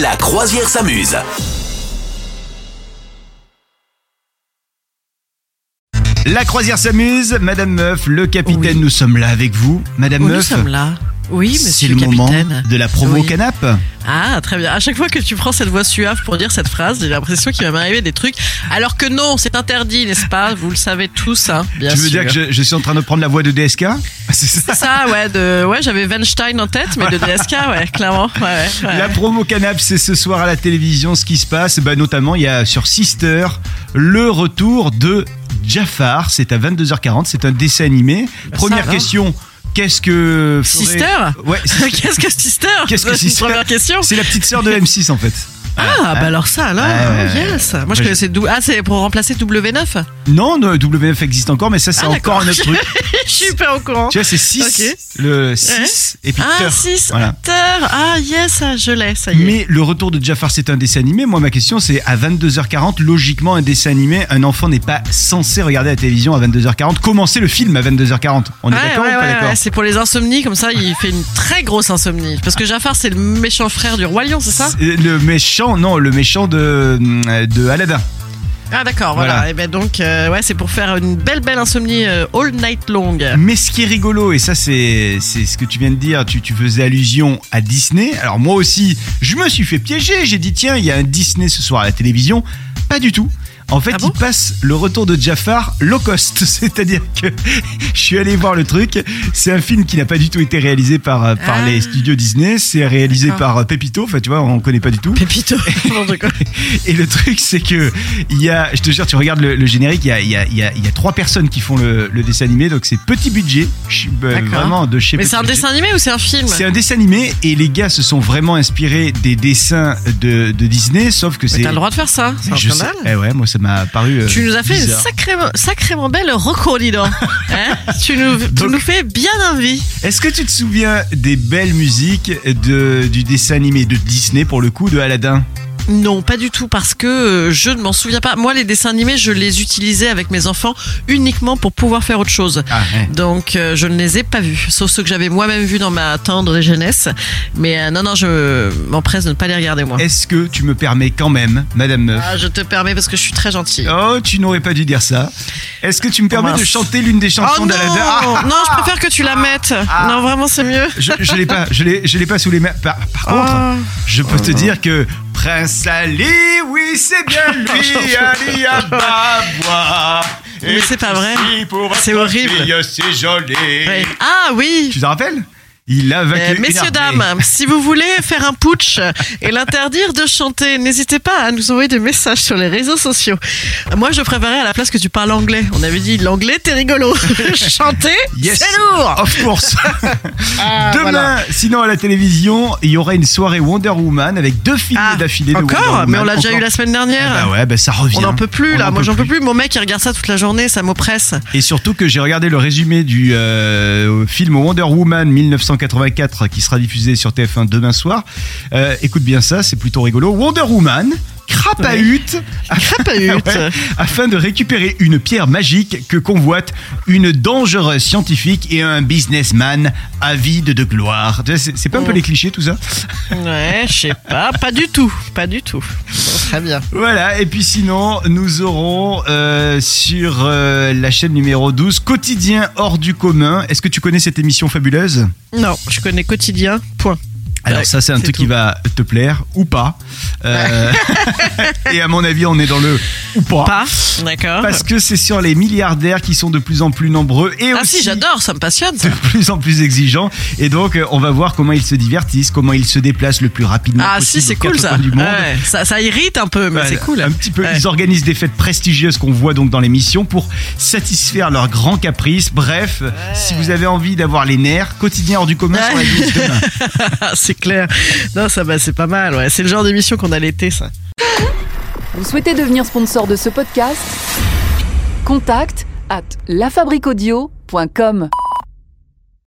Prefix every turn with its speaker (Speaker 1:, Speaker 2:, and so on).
Speaker 1: La croisière s'amuse.
Speaker 2: La croisière s'amuse, Madame Meuf, le capitaine,
Speaker 3: Oui.
Speaker 2: nous sommes là avec vous. Madame
Speaker 3: Oh, nous
Speaker 2: Meuf,
Speaker 3: sommes là. Oui,
Speaker 2: c'est
Speaker 3: monsieur
Speaker 2: le
Speaker 3: le
Speaker 2: moment
Speaker 3: capitaine.
Speaker 2: de la promo
Speaker 3: Oui.
Speaker 2: canap.
Speaker 3: Ah, très bien. À chaque fois que tu prends cette voix suave pour dire cette phrase, j'ai l'impression qu'il va m'arriver des trucs. Alors que non, c'est interdit, n'est-ce pas Vous le savez tous, hein, bien
Speaker 2: tu veux
Speaker 3: sûr.
Speaker 2: dire que je, je suis en train de prendre la voix de DSK C'est ça.
Speaker 3: Ça, ouais, de, ouais, j'avais Weinstein en tête, mais de DSK, ouais, clairement. Ouais, ouais, ouais.
Speaker 2: La promo canap, c'est ce soir à la télévision ce qui se passe. Bah, notamment, il y a sur Sister le retour de Jafar. C'est à 22h40, c'est un dessin animé. Première
Speaker 3: Bah, va.
Speaker 2: question, qu'est-ce que... ferait-
Speaker 3: Sister
Speaker 2: Ouais, c'est-
Speaker 3: Qu'est-ce que Sister
Speaker 2: Qu'est-ce que
Speaker 3: C'est une
Speaker 2: Sister
Speaker 3: Première question.
Speaker 2: c'est la petite sœur de M6 en fait.
Speaker 3: Ah, bah alors ça, alors,
Speaker 2: Ah, ouais, ouais,
Speaker 3: yes. Moi,
Speaker 2: Bah,
Speaker 3: je connaissais. dou- Ah, c'est pour remplacer W9
Speaker 2: Non, non, WF existe encore, mais ça c'est
Speaker 3: Ah,
Speaker 2: encore
Speaker 3: d'accord.
Speaker 2: un autre truc.
Speaker 3: Je suis pas au courant.
Speaker 2: Tu vois, c'est 6.
Speaker 3: Ok.
Speaker 2: Le 6 et puis
Speaker 3: Ah,
Speaker 2: Ter.
Speaker 3: 6
Speaker 2: Voilà.
Speaker 3: Ah, yes, ah, je l'ai, ça y est.
Speaker 2: Mais le retour de Jafar, c'est un dessin animé. Moi, ma question, c'est à 22h40, logiquement, un dessin animé, un enfant n'est pas censé regarder la télévision à 22h40. Commencer le film à 22h40. On est
Speaker 3: Ouais,
Speaker 2: d'accord
Speaker 3: ouais,
Speaker 2: ou pas
Speaker 3: ouais,
Speaker 2: d'accord
Speaker 3: ouais, c'est pour les insomnies, comme ça il fait une très grosse insomnie. Parce que Jafar c'est le méchant frère du roi lion, c'est ça
Speaker 2: C'est Le méchant, non, le méchant de, de Aladdin.
Speaker 3: Ah d'accord, voilà.
Speaker 2: Voilà.
Speaker 3: Et ben donc euh, ouais, c'est pour faire une belle belle insomnie euh, all night long.
Speaker 2: Mais ce qui est rigolo, et ça c'est c'est ce que tu viens de dire, tu, tu faisais allusion à Disney. Alors moi aussi, je me suis fait piéger, j'ai dit tiens, il y a un Disney ce soir à la télévision. Pas du tout. En fait,
Speaker 3: Ah bon
Speaker 2: il passe le retour de Jafar low cost, c'est-à-dire que je suis allé voir le truc. C'est un film qui n'a pas du tout été réalisé par, euh, par
Speaker 3: Ah.
Speaker 2: les studios Disney, c'est réalisé
Speaker 3: D'accord.
Speaker 2: par euh, Pepito, enfin tu vois, on connaît pas du tout.
Speaker 3: Pépito. Non, de quoi.
Speaker 2: Et le truc, c'est que il y a, je te jure, tu regardes le, le générique, il y a, il y, a, il y, a, il y a trois personnes qui font le, le dessin animé, donc c'est petit budget, ch- euh,
Speaker 3: D'accord.
Speaker 2: vraiment de chez.
Speaker 3: Mais
Speaker 2: petit
Speaker 3: c'est un
Speaker 2: budget.
Speaker 3: dessin animé ou c'est un film
Speaker 2: C'est un dessin animé et les gars se sont vraiment inspirés des dessins de, de Disney, sauf que
Speaker 3: Mais
Speaker 2: c'est.
Speaker 3: T'as le droit de faire ça, c'est un
Speaker 2: Je sais-
Speaker 3: scandale.
Speaker 2: Eh ouais, moi ça m'a paru. euh,
Speaker 3: Tu nous as fait une
Speaker 2: bizarre.
Speaker 3: sacrément, sacrément belle reco, dis donc. Hein tu nous, tu
Speaker 2: Donc-
Speaker 3: nous fais bien envie.
Speaker 2: Est-ce que tu te souviens des belles musiques de, du dessin animé de Disney pour le coup de Aladdin
Speaker 3: Non, pas du tout, parce que euh, je ne m'en souviens pas. Moi, les dessins animés, je les utilisais avec mes enfants uniquement pour pouvoir faire autre chose.
Speaker 2: Ah, ouais.
Speaker 3: Donc euh, je ne les ai pas vus, sauf ceux que j'avais moi-même vus dans ma tendre jeunesse. Mais euh, non, non, je m'empresse de ne pas les regarder moi.
Speaker 2: Est-ce que tu me permets quand même, Madame Meuf
Speaker 3: Ah, je te permets parce que je suis très gentille.
Speaker 2: Oh, tu n'aurais pas dû dire ça. Est-ce que tu me permets
Speaker 3: Oh, mince.
Speaker 2: de chanter l'une des chansons
Speaker 3: Oh non,
Speaker 2: d'Aladdin Ah,
Speaker 3: non, je préfère que tu la mettes. Non, vraiment, c'est mieux.
Speaker 2: Je, je l'ai pas, je l'ai, je l'ai pas sous les mains. Par, par
Speaker 3: Oh.
Speaker 2: contre, je peux te dire que Prince Ali, oui, c'est bien lui, Ali Ababa.
Speaker 3: Mais
Speaker 2: Et
Speaker 3: c'est pas vrai.
Speaker 2: si pour
Speaker 3: C'est
Speaker 2: votre
Speaker 3: horrible.
Speaker 2: fille, C'est joli.
Speaker 3: Ouais. Ah oui.
Speaker 2: Tu te rappelles Il a vaincu.
Speaker 3: Euh, messieurs,
Speaker 2: une armée.
Speaker 3: dames, si vous voulez faire un putsch et l'interdire de chanter, n'hésitez pas à nous envoyer des messages sur les réseaux sociaux. Moi, je préférais à la place que tu parles anglais. On avait dit l'anglais, t'es rigolo. chanter,
Speaker 2: Yes.
Speaker 3: c'est lourd. Ah,
Speaker 2: Of course. Demain, sinon à la télévision, il y aura une soirée Wonder Woman avec deux films
Speaker 3: Ah,
Speaker 2: d'affilée de Wonder
Speaker 3: Encore
Speaker 2: Woman.
Speaker 3: Mais on l'a déjà
Speaker 2: Encore.
Speaker 3: eu la semaine dernière.
Speaker 2: Ah ouais, bah ça revient.
Speaker 3: On n'en peut plus
Speaker 2: On
Speaker 3: là,
Speaker 2: en
Speaker 3: moi
Speaker 2: peut
Speaker 3: j'en peux plus. Mon mec il regarde ça toute la journée, ça m'oppresse.
Speaker 2: Et surtout que j'ai regardé le résumé du euh, film Wonder Woman 1984 qui sera diffusé sur TF1 demain soir. Euh, écoute bien ça, c'est plutôt rigolo. Wonder Woman crapahute
Speaker 3: Crapahute.
Speaker 2: Ouais, afin de récupérer une pierre magique que convoite une dangereuse scientifique et un businessman avide de gloire. Tu vois, C'est c'est pas un peu
Speaker 3: Mm.
Speaker 2: les clichés tout ça
Speaker 3: Ouais, je sais pas, pas du tout, pas du tout. Bon, Très bien.
Speaker 2: Voilà, et puis sinon, nous aurons euh, sur euh, la chaîne numéro 12, Quotidien hors du commun. Est-ce que tu connais cette émission fabuleuse
Speaker 3: Non, je connais quotidien, point.
Speaker 2: Alors
Speaker 3: Ouais,
Speaker 2: ça, c'est un
Speaker 3: c'est
Speaker 2: truc
Speaker 3: tout.
Speaker 2: qui va te plaire, ou pas. Euh, et à mon avis, on est dans le ou pas.
Speaker 3: Pas, d'accord.
Speaker 2: Parce que c'est sur les milliardaires qui sont de plus en plus nombreux et
Speaker 3: Ah
Speaker 2: aussi
Speaker 3: si, j'adore, ça me passionne. ça.
Speaker 2: de plus en plus exigeants. Et donc, euh, on va voir comment ils se divertissent, comment ils se déplacent le plus rapidement
Speaker 3: Ah
Speaker 2: possible
Speaker 3: si, c'est
Speaker 2: aux
Speaker 3: cool
Speaker 2: quatre
Speaker 3: ça.
Speaker 2: coins Du monde.
Speaker 3: Ouais, ça. Ça irrite un peu, mais
Speaker 2: Voilà,
Speaker 3: c'est cool.
Speaker 2: Un petit peu.
Speaker 3: Ouais.
Speaker 2: Ils organisent des fêtes prestigieuses qu'on voit donc dans l'émission pour satisfaire leurs grands caprices. Bref, si vous avez envie d'avoir les nerfs, quotidien hors du commun sur la
Speaker 3: Ouais.
Speaker 2: 12 demain.
Speaker 3: Ah, c'est clair. Non, ça bah, c'est pas mal, ouais. C'est le genre d'émission qu'on a l'été, ça.
Speaker 4: Vous souhaitez devenir sponsor de ce podcast Contact à lafabriquaudio.com.